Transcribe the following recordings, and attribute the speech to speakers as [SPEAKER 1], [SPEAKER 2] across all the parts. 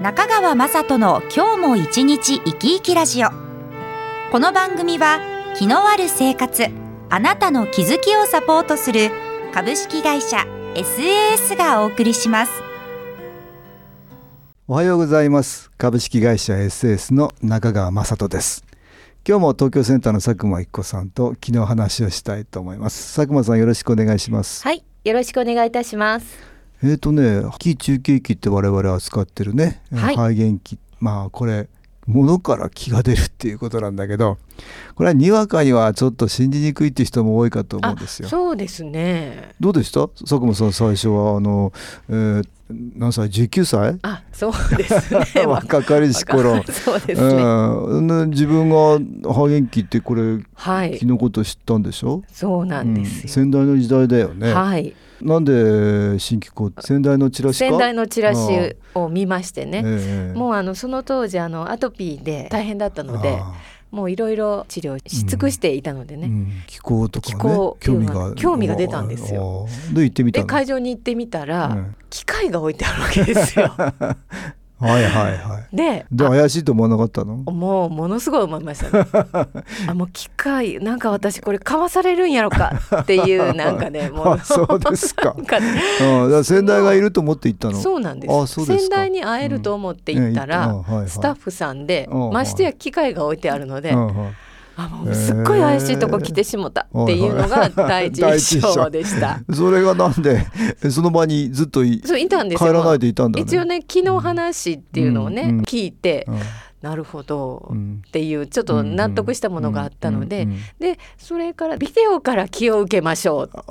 [SPEAKER 1] 中川雅人の今日も一日生き生きラジオこの番組は気のある生活あなたの気づきをサポートする株式会社 SAS がお送りします
[SPEAKER 2] おはようございます株式会社 SS の中川雅人です今日も東京センターの佐久間一子さんと昨日話をしたいと思います佐久間さんよろしくお願いします
[SPEAKER 3] はい、よろしくお願いいたします。
[SPEAKER 2] えーとね気中継器って我々扱ってるね、えー
[SPEAKER 3] は
[SPEAKER 2] 肺
[SPEAKER 3] い
[SPEAKER 2] 元気まあこれ物から気が出るっていうことなんだけどこれはにわかにはちょっと信じにくいっていう人も多いかと思うんですよ
[SPEAKER 3] そうですね。
[SPEAKER 2] どうでした佐久間さん最初はあの、えー何歳19歳
[SPEAKER 3] あ、そうです ね。
[SPEAKER 2] 若かりし頃
[SPEAKER 3] 若そうですね。
[SPEAKER 2] うんね自分がハーゲンキってこれ
[SPEAKER 3] は
[SPEAKER 2] 昨
[SPEAKER 3] い、
[SPEAKER 2] のこと知ったんでしょ
[SPEAKER 3] そうなんですよ。
[SPEAKER 2] 先代の時代だよね、
[SPEAKER 3] はい、
[SPEAKER 2] なんで新規こう先代のチラシか
[SPEAKER 3] 先代のチラシを見ましてね。
[SPEAKER 2] ええ
[SPEAKER 3] もうあのその当時あのアトピーで大変だったので
[SPEAKER 2] あ
[SPEAKER 3] もういろいろ治療し尽くしていたので
[SPEAKER 2] あ
[SPEAKER 3] ね、
[SPEAKER 2] うん気候とかね
[SPEAKER 3] 気候
[SPEAKER 2] 興味が
[SPEAKER 3] 興味が出たんですよ
[SPEAKER 2] ああで行ってみた
[SPEAKER 3] で
[SPEAKER 2] の
[SPEAKER 3] 会場に行ってみたら、
[SPEAKER 2] うん。
[SPEAKER 3] 機械が置いてあるわけです よ
[SPEAKER 2] はいはいはい
[SPEAKER 3] で
[SPEAKER 2] で怪しいと思わなかったの
[SPEAKER 3] あもうものすごい思いましたね あもう機械なんか私これ買わされるんやろかっていうなんかねもう
[SPEAKER 2] あそうですか
[SPEAKER 3] なんかね
[SPEAKER 2] うんだから先代がいると思って行ったの
[SPEAKER 3] そうなんで
[SPEAKER 2] あ
[SPEAKER 3] す
[SPEAKER 2] そうですか
[SPEAKER 3] 先代に会えると思って行ったら、
[SPEAKER 2] うんええ行ったあはいはい
[SPEAKER 3] スタッフさんで、
[SPEAKER 2] うん
[SPEAKER 3] ましてや機械が置いてあるので、
[SPEAKER 2] うんうん
[SPEAKER 3] あもうすっごい怪しいとこ来てしもたっていうのが第一印象でした。
[SPEAKER 2] それがなんでその場にずっとい
[SPEAKER 3] そういたんです
[SPEAKER 2] 帰
[SPEAKER 3] よ
[SPEAKER 2] らないでいたんだね
[SPEAKER 3] 一応ね昨日話っていうのをね、
[SPEAKER 2] うんうん
[SPEAKER 3] 聞いて、
[SPEAKER 2] うん
[SPEAKER 3] なるほど
[SPEAKER 2] う
[SPEAKER 3] っ
[SPEAKER 2] ん
[SPEAKER 3] ていうちょっと納得したものがあったので、
[SPEAKER 2] うんうんうんうん
[SPEAKER 3] でそれからビデオから気を受けましょう
[SPEAKER 2] あああ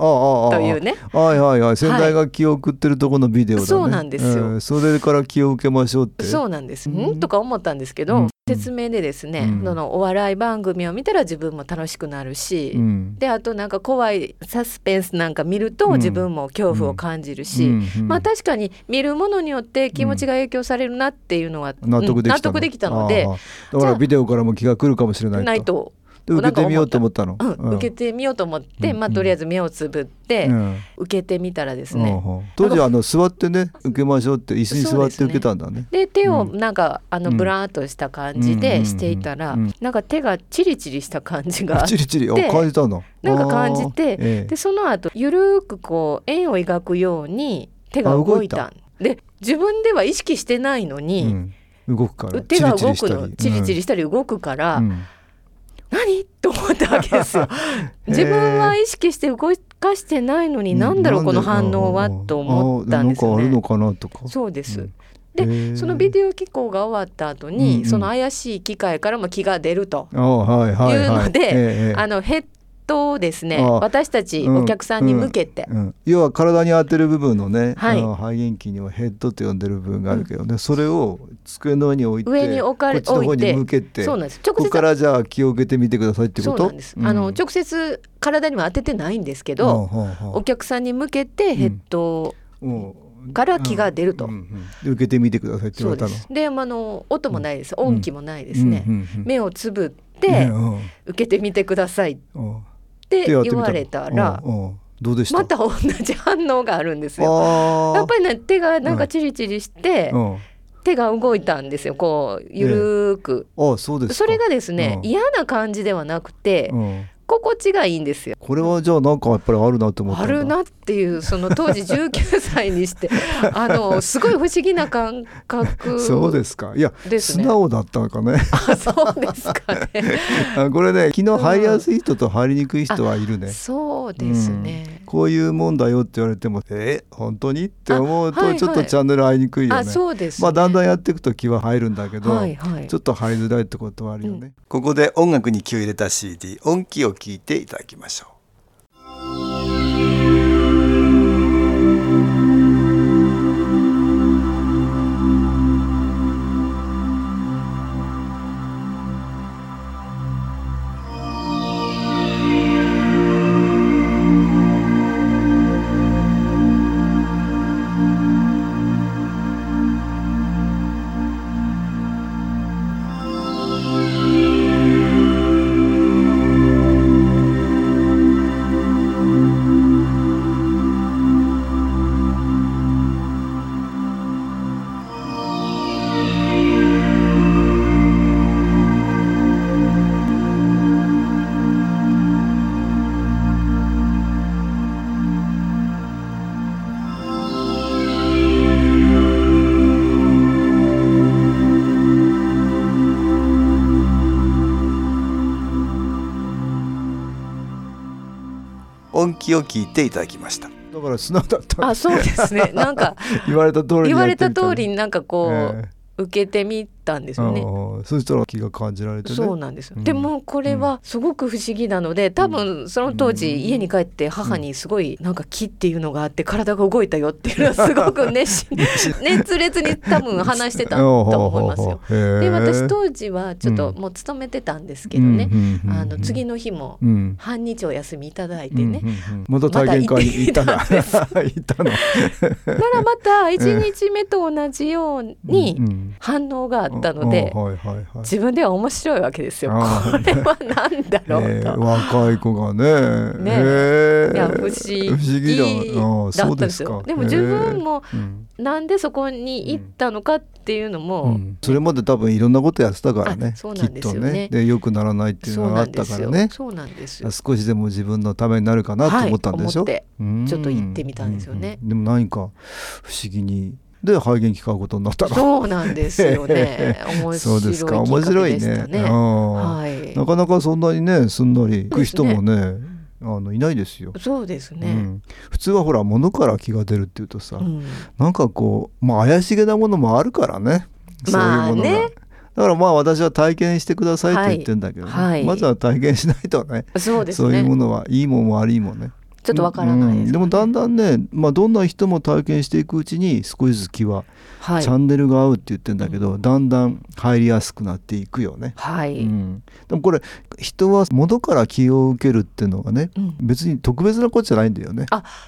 [SPEAKER 2] あ
[SPEAKER 3] というね
[SPEAKER 2] はいはいはい先代が気を送ってるところのビデオだね、
[SPEAKER 3] そうなんですよ
[SPEAKER 2] えーそれから気を受けましょうって
[SPEAKER 3] そううなんです、
[SPEAKER 2] うん
[SPEAKER 3] んとか思ったんですけど、
[SPEAKER 2] うん
[SPEAKER 3] 説明でですね、
[SPEAKER 2] うん
[SPEAKER 3] そのお笑い番組を見たら自分も楽しくなるし、
[SPEAKER 2] ん
[SPEAKER 3] であとなんか怖いサスペンスなんか見ると
[SPEAKER 2] うん
[SPEAKER 3] 自分も恐怖を感じるし、
[SPEAKER 2] うんうん
[SPEAKER 3] まあ確かに見るものによって気持ちが影響されるなっていうのは、
[SPEAKER 2] 納得できたの、
[SPEAKER 3] うん納得できたので
[SPEAKER 2] ああだか
[SPEAKER 3] じゃ
[SPEAKER 2] ら
[SPEAKER 3] あ
[SPEAKER 2] ビデオからも気が来るかもしれないと
[SPEAKER 3] ないと、
[SPEAKER 2] で受けてみようと思ったの
[SPEAKER 3] うん受けてみようと思って、
[SPEAKER 2] うん
[SPEAKER 3] まあとりあえず目をつぶって、
[SPEAKER 2] うん
[SPEAKER 3] 受けてみたらです
[SPEAKER 2] うん
[SPEAKER 3] ね、
[SPEAKER 2] うん当時はあの座ってね受けましょうって椅子に座って受けたんだね
[SPEAKER 3] で手をなんか、あの
[SPEAKER 2] うん
[SPEAKER 3] ブラーっとした感じでしていたら、
[SPEAKER 2] うんうんうん
[SPEAKER 3] なんか手がチリチリした感じがあっ
[SPEAKER 2] チリチリあ
[SPEAKER 3] で
[SPEAKER 2] 感じたの
[SPEAKER 3] なんか感じ
[SPEAKER 2] あ
[SPEAKER 3] て
[SPEAKER 2] あええ
[SPEAKER 3] でその後ゆるーくこう円を描くように手が
[SPEAKER 2] あ動
[SPEAKER 3] 動
[SPEAKER 2] い
[SPEAKER 3] い
[SPEAKER 2] た
[SPEAKER 3] たで自分では意識してないのに、
[SPEAKER 2] うん、動くから
[SPEAKER 3] 手が動く
[SPEAKER 2] チリチリした
[SPEAKER 3] の
[SPEAKER 2] り
[SPEAKER 3] チリチ
[SPEAKER 2] う
[SPEAKER 3] リしたり動くから、
[SPEAKER 2] んうん
[SPEAKER 3] 何と思ったわけで すよ自分は意識して動かしてないのに何だろう、
[SPEAKER 2] うん
[SPEAKER 3] この
[SPEAKER 2] なん
[SPEAKER 3] 反
[SPEAKER 2] で
[SPEAKER 3] 応は
[SPEAKER 2] うん
[SPEAKER 3] と思ったんですよ
[SPEAKER 2] あなんかあるの
[SPEAKER 3] ね
[SPEAKER 2] かなとか
[SPEAKER 3] そうです、
[SPEAKER 2] うん
[SPEAKER 3] で
[SPEAKER 2] で
[SPEAKER 3] そのビデオ機構が終わった後に、
[SPEAKER 2] うんうん
[SPEAKER 3] その怪しい機械からも気が出ると、
[SPEAKER 2] オあはいはいはい
[SPEAKER 3] いうので
[SPEAKER 2] ええ
[SPEAKER 3] あのヘッドをですね
[SPEAKER 2] あ
[SPEAKER 3] 私たちお客さんに向けて、
[SPEAKER 2] うん、要は体に当てる部分のね、
[SPEAKER 3] はい
[SPEAKER 2] あの肺炎器にはヘッドって呼んでる部分があるけどね、それを机の上に置いて
[SPEAKER 3] 上に置か
[SPEAKER 2] こっ
[SPEAKER 3] れ
[SPEAKER 2] ちの方
[SPEAKER 3] 置い
[SPEAKER 2] に
[SPEAKER 3] て
[SPEAKER 2] 向けて
[SPEAKER 3] そうなんです直
[SPEAKER 2] ここか
[SPEAKER 3] 接
[SPEAKER 2] らじゃあ気を受けてみてくださいってこ
[SPEAKER 3] そう
[SPEAKER 2] と
[SPEAKER 3] なんです、あの直接体には当ててないんですけど、
[SPEAKER 2] うんうんうん
[SPEAKER 3] お客さんに向けてヘッド、
[SPEAKER 2] うん
[SPEAKER 3] から気が出ると
[SPEAKER 2] うんうんで受けてみてくださいって言われ
[SPEAKER 3] そう
[SPEAKER 2] た
[SPEAKER 3] で
[SPEAKER 2] の
[SPEAKER 3] すであの音もないです、
[SPEAKER 2] ん
[SPEAKER 3] 音気もないですね、
[SPEAKER 2] うんうんうん
[SPEAKER 3] 目をつぶって
[SPEAKER 2] うん
[SPEAKER 3] 受けてみてくださいっ
[SPEAKER 2] うん
[SPEAKER 3] て
[SPEAKER 2] 手やってみ
[SPEAKER 3] 言
[SPEAKER 2] の
[SPEAKER 3] われたら
[SPEAKER 2] うんうんどうでした
[SPEAKER 3] また同じ反応があるんですよ。
[SPEAKER 2] あー
[SPEAKER 3] やっぱりね手がなんかチリチリして、
[SPEAKER 2] うん
[SPEAKER 3] 手が動いたんですよこうゆるーく、
[SPEAKER 2] あそうですか
[SPEAKER 3] それがですね、
[SPEAKER 2] うん
[SPEAKER 3] 嫌な感じではなくて、
[SPEAKER 2] うん
[SPEAKER 3] 心地がいいんですよ。
[SPEAKER 2] これはじゃあなんかやっぱりあるなと思った
[SPEAKER 3] あ
[SPEAKER 2] んだ
[SPEAKER 3] るなっていうその当時19歳 にしてあのすごい不思議な感覚
[SPEAKER 2] そうですかいや
[SPEAKER 3] です
[SPEAKER 2] 素
[SPEAKER 3] ね
[SPEAKER 2] 直だったのか ね
[SPEAKER 3] あそうですかね
[SPEAKER 2] あこれね昨日入りやすい人と入りにくい人はいるね、
[SPEAKER 3] そうですね、
[SPEAKER 2] こういうもんだよって言われてもえ本当にって思う
[SPEAKER 3] あはい
[SPEAKER 2] と
[SPEAKER 3] はい
[SPEAKER 2] ちょっとチャンネル合いにくいよね、
[SPEAKER 3] あそうです、ね、
[SPEAKER 2] まあだんだんやっていくと気は入るんだけど、
[SPEAKER 3] はいはい
[SPEAKER 2] ちょっと入りづらいってことはあるよね、ここで音楽に気を入れた CD 音気を聞いていただきましょう
[SPEAKER 4] 音気を聞いていただきました
[SPEAKER 2] だから素直だった
[SPEAKER 3] あそうですねなんか
[SPEAKER 2] 言われた通りに
[SPEAKER 3] 言わ
[SPEAKER 2] や
[SPEAKER 3] れ
[SPEAKER 2] って
[SPEAKER 3] た
[SPEAKER 2] み
[SPEAKER 3] 通り
[SPEAKER 2] に
[SPEAKER 3] になんかこう、受けてみたんですよね。
[SPEAKER 2] そしたら気が感じられてね
[SPEAKER 3] そうなんです、
[SPEAKER 2] うん
[SPEAKER 3] でもこれはすごく不思議なので多分その当
[SPEAKER 2] うん
[SPEAKER 3] 時家に帰って母にすごいなんか木っていうのがあって体が動いたよってい うのはすごく熱心熱烈に多分話してたと思います よ。で私
[SPEAKER 2] と
[SPEAKER 3] 当時はちょっともう勤めてたんですけどね、あの次
[SPEAKER 2] の
[SPEAKER 3] の日も
[SPEAKER 2] うん
[SPEAKER 3] 半日お休みいただいてね、
[SPEAKER 2] うんうんうんまた体験会に行ったんだ行ったの
[SPEAKER 3] ならまた1日目と同じよう に
[SPEAKER 2] うんうん
[SPEAKER 3] 反応があったので
[SPEAKER 2] あはいはいはい
[SPEAKER 3] 自分では面白いわけですよ。こ
[SPEAKER 2] あー
[SPEAKER 3] れは何だろう
[SPEAKER 2] えー
[SPEAKER 3] と。
[SPEAKER 2] 若い子がね
[SPEAKER 3] ね
[SPEAKER 2] えー
[SPEAKER 3] いや不思議
[SPEAKER 2] 不思議だあー
[SPEAKER 3] だ
[SPEAKER 2] そ
[SPEAKER 3] っ
[SPEAKER 2] う
[SPEAKER 3] たん
[SPEAKER 2] で
[SPEAKER 3] です
[SPEAKER 2] す
[SPEAKER 3] よ
[SPEAKER 2] か
[SPEAKER 3] でも自分
[SPEAKER 2] も、
[SPEAKER 3] も
[SPEAKER 2] うん
[SPEAKER 3] なんでそこに行ったのかっていうのも、
[SPEAKER 2] うんそれまで多分いろんなことやってたからね
[SPEAKER 3] あそうなんですよ
[SPEAKER 2] きっ
[SPEAKER 3] ね
[SPEAKER 2] とねで良くならないっていう
[SPEAKER 3] そ
[SPEAKER 2] の
[SPEAKER 3] う
[SPEAKER 2] があ
[SPEAKER 3] な
[SPEAKER 2] っ
[SPEAKER 3] んで
[SPEAKER 2] たか
[SPEAKER 3] す
[SPEAKER 2] ら
[SPEAKER 3] よ、
[SPEAKER 2] ね
[SPEAKER 3] そうなんですよ
[SPEAKER 2] 少しでも自分のためになるかなと思ったんでしょ、
[SPEAKER 3] はい思って
[SPEAKER 2] うん
[SPEAKER 3] ちょっと行ってみたんですよね
[SPEAKER 2] うんうんでも何か不思議にで肺元気買うことになったの
[SPEAKER 3] そうなんです よね面
[SPEAKER 2] そう
[SPEAKER 3] 白いき
[SPEAKER 2] ですか
[SPEAKER 3] っ
[SPEAKER 2] 面
[SPEAKER 3] か
[SPEAKER 2] 白
[SPEAKER 3] け
[SPEAKER 2] い
[SPEAKER 3] でした
[SPEAKER 2] ね
[SPEAKER 3] ね
[SPEAKER 2] うん
[SPEAKER 3] はい
[SPEAKER 2] なかなかそんなにねすんなり行く人もねあのいないですよ、
[SPEAKER 3] そうです
[SPEAKER 2] う
[SPEAKER 3] ね、
[SPEAKER 2] ん、普通はほら物から気が出るっていうとさ、
[SPEAKER 3] うん
[SPEAKER 2] なんかこう、まあ、怪しげなものもあるからねそういう
[SPEAKER 3] まあ
[SPEAKER 2] ものが、
[SPEAKER 3] ね
[SPEAKER 2] だからまあ私は体験してくださいと言ってんだけどね、
[SPEAKER 3] はいはい
[SPEAKER 2] まずは体験しないとね
[SPEAKER 3] そうです
[SPEAKER 2] そう
[SPEAKER 3] ね
[SPEAKER 2] いうものはいいもんも悪いもんね
[SPEAKER 3] ちょっとわからないです、
[SPEAKER 2] うんでもだんだんね、まあ、どんな人も体験していくうちに少しずつ気は、
[SPEAKER 3] はい
[SPEAKER 2] チャンネルが合うって言ってんだけど、だんだん入りやすくなっていくよね、
[SPEAKER 3] はい、
[SPEAKER 2] うん、でもこれ人は元から気を受けるっていうのがね
[SPEAKER 3] うん
[SPEAKER 2] 別に特別なことじゃないんだよね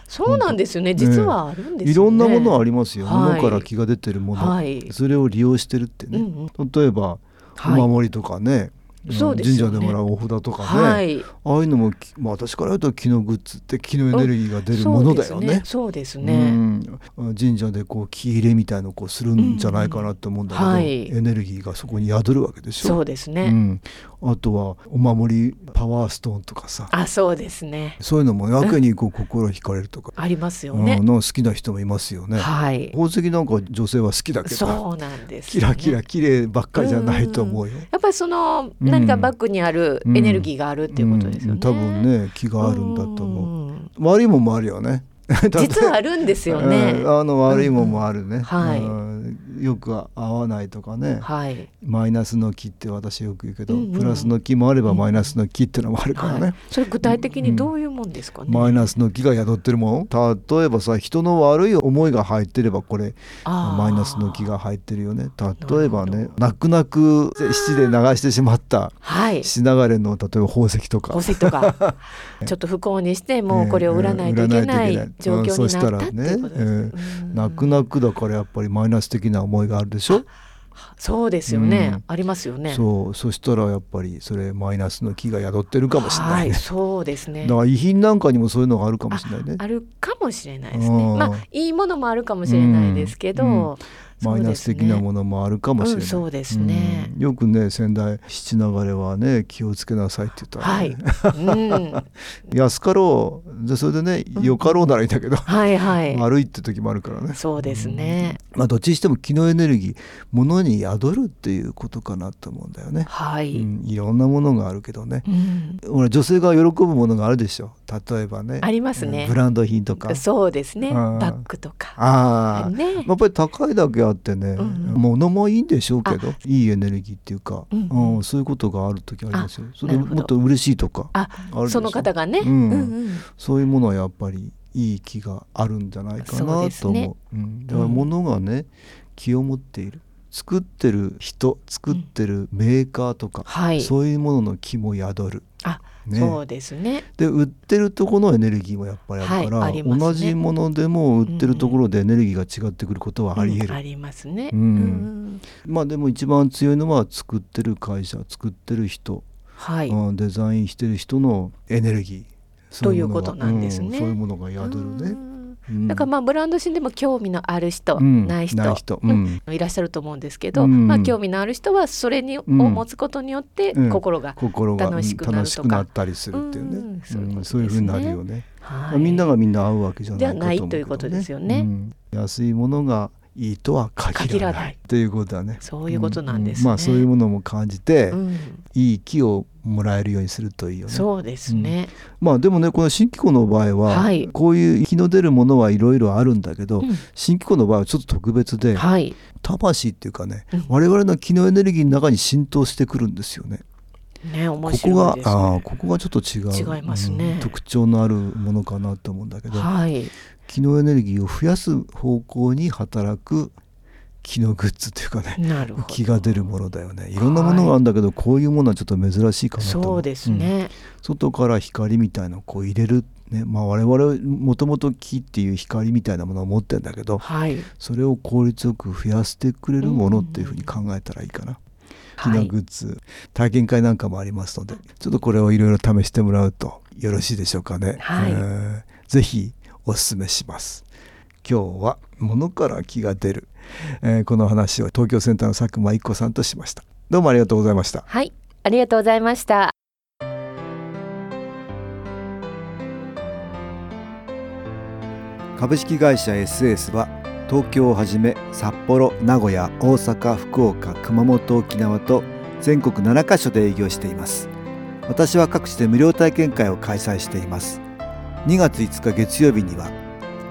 [SPEAKER 3] そうなんですよね実はあるんですよね
[SPEAKER 2] いろんなものありますよ、
[SPEAKER 3] はい
[SPEAKER 2] 物から気が出てるもの、
[SPEAKER 3] はい、
[SPEAKER 2] それを利用してるって
[SPEAKER 3] う
[SPEAKER 2] ね、
[SPEAKER 3] んうん
[SPEAKER 2] 例えばお
[SPEAKER 3] はい
[SPEAKER 2] 守りとかね、うん
[SPEAKER 3] そうですよね
[SPEAKER 2] 神社でもらうお札とかね、
[SPEAKER 3] はい、
[SPEAKER 2] ああいうのも、きまあ、私から言うと気のグッズって気のエネルギーが出るものだよね。
[SPEAKER 3] そうです
[SPEAKER 2] う
[SPEAKER 3] ね。
[SPEAKER 2] ん神社でこう気入れみたいのをこうするんじゃないかなって思うんだけど、
[SPEAKER 3] うんうんはい
[SPEAKER 2] エネルギーがそこに宿るわけでしょ
[SPEAKER 3] そうですね。
[SPEAKER 2] うん、あとはお守りパワーストーンとかさ
[SPEAKER 3] あ、そうですね。
[SPEAKER 2] そういうのもやけにこう心惹かれるとか、
[SPEAKER 3] ありますよ
[SPEAKER 2] うん
[SPEAKER 3] ね。
[SPEAKER 2] の好きな人もいますよね。
[SPEAKER 3] はい。
[SPEAKER 2] 宝石なんか女性は好きだけど
[SPEAKER 3] そうなんです
[SPEAKER 2] キ
[SPEAKER 3] よね、
[SPEAKER 2] ラキラ綺麗ばっかりじゃないと思うよ。
[SPEAKER 3] やっぱりその
[SPEAKER 2] うん
[SPEAKER 3] 何かバックにあるエネルギーがあるっていうことですよね。
[SPEAKER 2] うん多分ね気があるんだと思う。
[SPEAKER 3] 思うん。
[SPEAKER 2] 悪いもんもあるよね。
[SPEAKER 3] 実はあるんですよね。
[SPEAKER 2] うんあの悪いもんもあるね。
[SPEAKER 3] はい
[SPEAKER 2] うんよく合わないとかね。
[SPEAKER 3] はい。
[SPEAKER 2] マイナスの気って私よく言うけど、
[SPEAKER 3] うんうん
[SPEAKER 2] プラスの気もあればマイナスの気ってのもあるからね。
[SPEAKER 3] はい。それ具体的にどういうもんですかね。
[SPEAKER 2] マイナスの気が宿ってるもん例えばさ人の悪い思いが入ってればこれ
[SPEAKER 3] あー
[SPEAKER 2] マイナスの気。が入ってるよね例えば
[SPEAKER 3] な
[SPEAKER 2] ね
[SPEAKER 3] るほど
[SPEAKER 2] 泣く泣く七で流してしまった
[SPEAKER 3] はい。
[SPEAKER 2] 品枯れの例えば宝石とか
[SPEAKER 3] 宝石 とかちょっと不幸にしてもうこれを売らないといけな
[SPEAKER 2] ええ売らない
[SPEAKER 3] い
[SPEAKER 2] といけ
[SPEAKER 3] 状
[SPEAKER 2] ない
[SPEAKER 3] 況になったっていうことです
[SPEAKER 2] うんそ
[SPEAKER 3] ね
[SPEAKER 2] し。泣く泣くだからやっぱりマイナス的な思いがあるでしょ、
[SPEAKER 3] そうですよね、
[SPEAKER 2] うん
[SPEAKER 3] ありますよね。
[SPEAKER 2] そうそしたらやっぱりそれマイナスの気が宿ってるかもしれない、
[SPEAKER 3] は
[SPEAKER 2] ね
[SPEAKER 3] い、そうですね。
[SPEAKER 2] だから遺品なんかにもそういうのがあるかもしれないね
[SPEAKER 3] あるかもしれないです
[SPEAKER 2] う
[SPEAKER 3] ね。
[SPEAKER 2] ん
[SPEAKER 3] まあいいものもあるかもしれないですけど、
[SPEAKER 2] うんう
[SPEAKER 3] そう
[SPEAKER 2] マイナス的なも
[SPEAKER 3] の
[SPEAKER 2] のもあるかもしれない、
[SPEAKER 3] うんそうですね
[SPEAKER 2] うんよくね仙台七流れはね気をつけなさいって言ったら、
[SPEAKER 3] はい、うん、
[SPEAKER 2] 安かろうでそれでねよかろうならいいんだけど、
[SPEAKER 3] は いはい、
[SPEAKER 2] 悪いって時もあるからね
[SPEAKER 3] そうですね。
[SPEAKER 2] まあどっちにしても気のエネルギー物に宿るっていうことかなと思うんだよね、
[SPEAKER 3] は
[SPEAKER 2] う
[SPEAKER 3] い、
[SPEAKER 2] ん、いろんなものがあるけどね
[SPEAKER 3] うん、
[SPEAKER 2] ほら女性が喜ぶものがあるでしょ例えばね
[SPEAKER 3] ありますね
[SPEAKER 2] うんブランド品とか
[SPEAKER 3] そうですね。
[SPEAKER 2] うん
[SPEAKER 3] バッグとか
[SPEAKER 2] ああ、
[SPEAKER 3] ね、
[SPEAKER 2] やっぱり高いだけあってね、
[SPEAKER 3] んうん
[SPEAKER 2] 物もいいんでしょうけどいいエネルギーっていうか、
[SPEAKER 3] うんうん
[SPEAKER 2] うんそういうことがある時ありますよそれ
[SPEAKER 3] なるほど
[SPEAKER 2] もっと嬉しいとか
[SPEAKER 3] あ、
[SPEAKER 2] あるでしょ
[SPEAKER 3] その方がね、
[SPEAKER 2] う
[SPEAKER 3] うんんうん、
[SPEAKER 2] そういうものはやっぱりいい気があるんじゃないか
[SPEAKER 3] そう
[SPEAKER 2] な
[SPEAKER 3] です
[SPEAKER 2] と思う
[SPEAKER 3] ね
[SPEAKER 2] うん、だから物がね気を持っている作ってる人作ってるメーカーとか、
[SPEAKER 3] はい、そ
[SPEAKER 2] そ
[SPEAKER 3] う
[SPEAKER 2] ういうものの気も宿る。
[SPEAKER 3] あ
[SPEAKER 2] ね、
[SPEAKER 3] ですね。
[SPEAKER 2] で売ってるところのエネルギーもやっぱりあるから、
[SPEAKER 3] はいありますね
[SPEAKER 2] 同じものでも売ってるところでエネルギーが違ってくることはあり得る、
[SPEAKER 3] うんありますね。
[SPEAKER 2] うん
[SPEAKER 3] ん、
[SPEAKER 2] まあでも一番強いのは作ってる会社作ってる人、
[SPEAKER 3] はい、
[SPEAKER 2] うん、デザインしてる人のエネルギーそものが
[SPEAKER 3] ということなんですね
[SPEAKER 2] うんそういうものが宿る
[SPEAKER 3] う
[SPEAKER 2] ね。
[SPEAKER 3] ん
[SPEAKER 2] うん
[SPEAKER 3] だからまあブランド品でも興味のある人、
[SPEAKER 2] うん
[SPEAKER 3] ない人
[SPEAKER 2] ない人、うん、
[SPEAKER 3] いらっしゃると思うんですけど、
[SPEAKER 2] うん
[SPEAKER 3] まあ、興味のある人はそれに、
[SPEAKER 2] ん
[SPEAKER 3] を持つことによって
[SPEAKER 2] うん
[SPEAKER 3] 心が、
[SPEAKER 2] 心がうん
[SPEAKER 3] 楽しくなると
[SPEAKER 2] 楽しく
[SPEAKER 3] か
[SPEAKER 2] なったりするっていうね、
[SPEAKER 3] うんそういうことですね
[SPEAKER 2] そういうふうになるよね、
[SPEAKER 3] は
[SPEAKER 2] まあみんながみんな合うわけじゃないかと思うけど、ね、
[SPEAKER 3] じゃないということですよね
[SPEAKER 2] うん安いものがいいとは限らないということだね。
[SPEAKER 3] そういうことなんです、ね
[SPEAKER 2] うん、まあそういうものも感じて、
[SPEAKER 3] うん
[SPEAKER 2] いい木をもらえるようにするといいよね。
[SPEAKER 3] そうですね。
[SPEAKER 2] まあでもねこの新機構の場合は、
[SPEAKER 3] はい
[SPEAKER 2] こういう息の出るものはいろいろあるんだけど、
[SPEAKER 3] うん
[SPEAKER 2] 新機構の場合はちょっと特別で、
[SPEAKER 3] はい。
[SPEAKER 2] 魂っていうかね、
[SPEAKER 3] うん
[SPEAKER 2] 我々の気のエネルギーの中に浸透してくるんですよね。
[SPEAKER 3] ね面
[SPEAKER 2] ここ
[SPEAKER 3] 白
[SPEAKER 2] が、
[SPEAKER 3] いです、ね。
[SPEAKER 2] ああここがちょっと違う
[SPEAKER 3] 違いますね
[SPEAKER 2] うん特徴のあるものかなと思うんだけど、
[SPEAKER 3] はい。
[SPEAKER 2] 気のエネルギーを増やす方向に働く気のグッズというかね
[SPEAKER 3] なるほど。
[SPEAKER 2] 気が出るものだよねいろんなものがあるんだけど、こういうものはちょっと珍しいかなと思
[SPEAKER 3] そうですね。
[SPEAKER 2] うん外から光みたいなのをこう入れる、ねまあ、我々もともと木っていう光みたいなものを持ってるんだけど
[SPEAKER 3] はい。
[SPEAKER 2] それを効率よく増やしてくれるものっていうふうに考えたらいいかな。木
[SPEAKER 3] は
[SPEAKER 2] の
[SPEAKER 3] い。
[SPEAKER 2] グッズ、体験会なんかもありますのでちょっとこれをいろいろ試してもらうとよろしいでしょうかね、
[SPEAKER 3] はい
[SPEAKER 2] えーぜひおすすめします今日は物から木が出る、えーこの話を東京センターの佐久間一子さんとしましたどうもありがとうございました
[SPEAKER 5] はい、ありがとうございました。
[SPEAKER 4] 株式会社 SS は東京をはじめ札幌名古屋大阪福岡熊本沖縄と全国7カ所で営業しています私は各地で無料体験会を開催しています2月5日月曜日には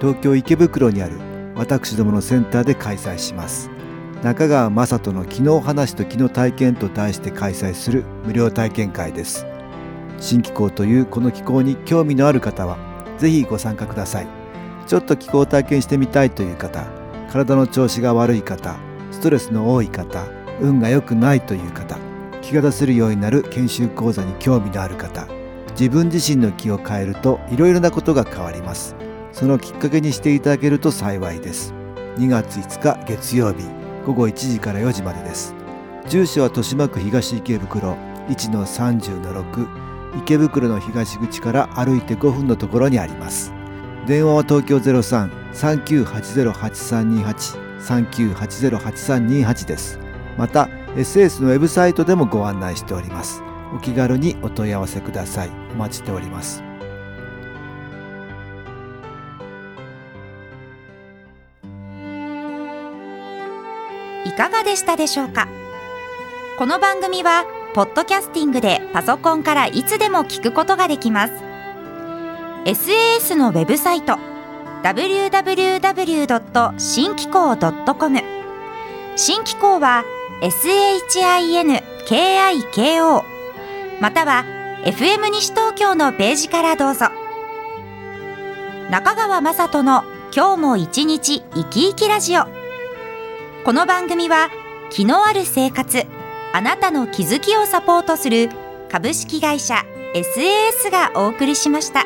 [SPEAKER 4] 東京池袋にある私どものセンターで開催します中川雅人の「昨日話と昨日体験」と題して開催する無料体験会です新機構というこの機構に興味のある方はぜひご参加くださいちょっと気候を体験してみたいという方、体の調子が悪い方、ストレスの多い方、運が良くないという方、気が出せるようになる研修講座に興味のある方、自分自身の気を変えるといろいろなことが変わります。そのきっかけにしていただけると幸いです。2月5日月曜日、午後1時から4時までです。住所は豊島区東池袋1-30-6池袋の東口から歩いて5分のところにあります。電話は東京ゼロ三三九八ゼロ八三二八三九八ゼロ八三二八です。また SS のウェブサイトでもご案内しております。お気軽にお問い合わせください。お待ちしております。
[SPEAKER 1] いかがでしたでしょうかこの番組はポッドキャスティングでパソコンからいつでも聞くことができます SAS のウェブサイト www. 機構 .com 新機構は SHINKIKO または FM 西東京のページからどうぞ中川雅人の今日も一日生き生きラジオこの番組は気のある生活あなたの気づきをサポートする株式会社 SAS がお送りしました。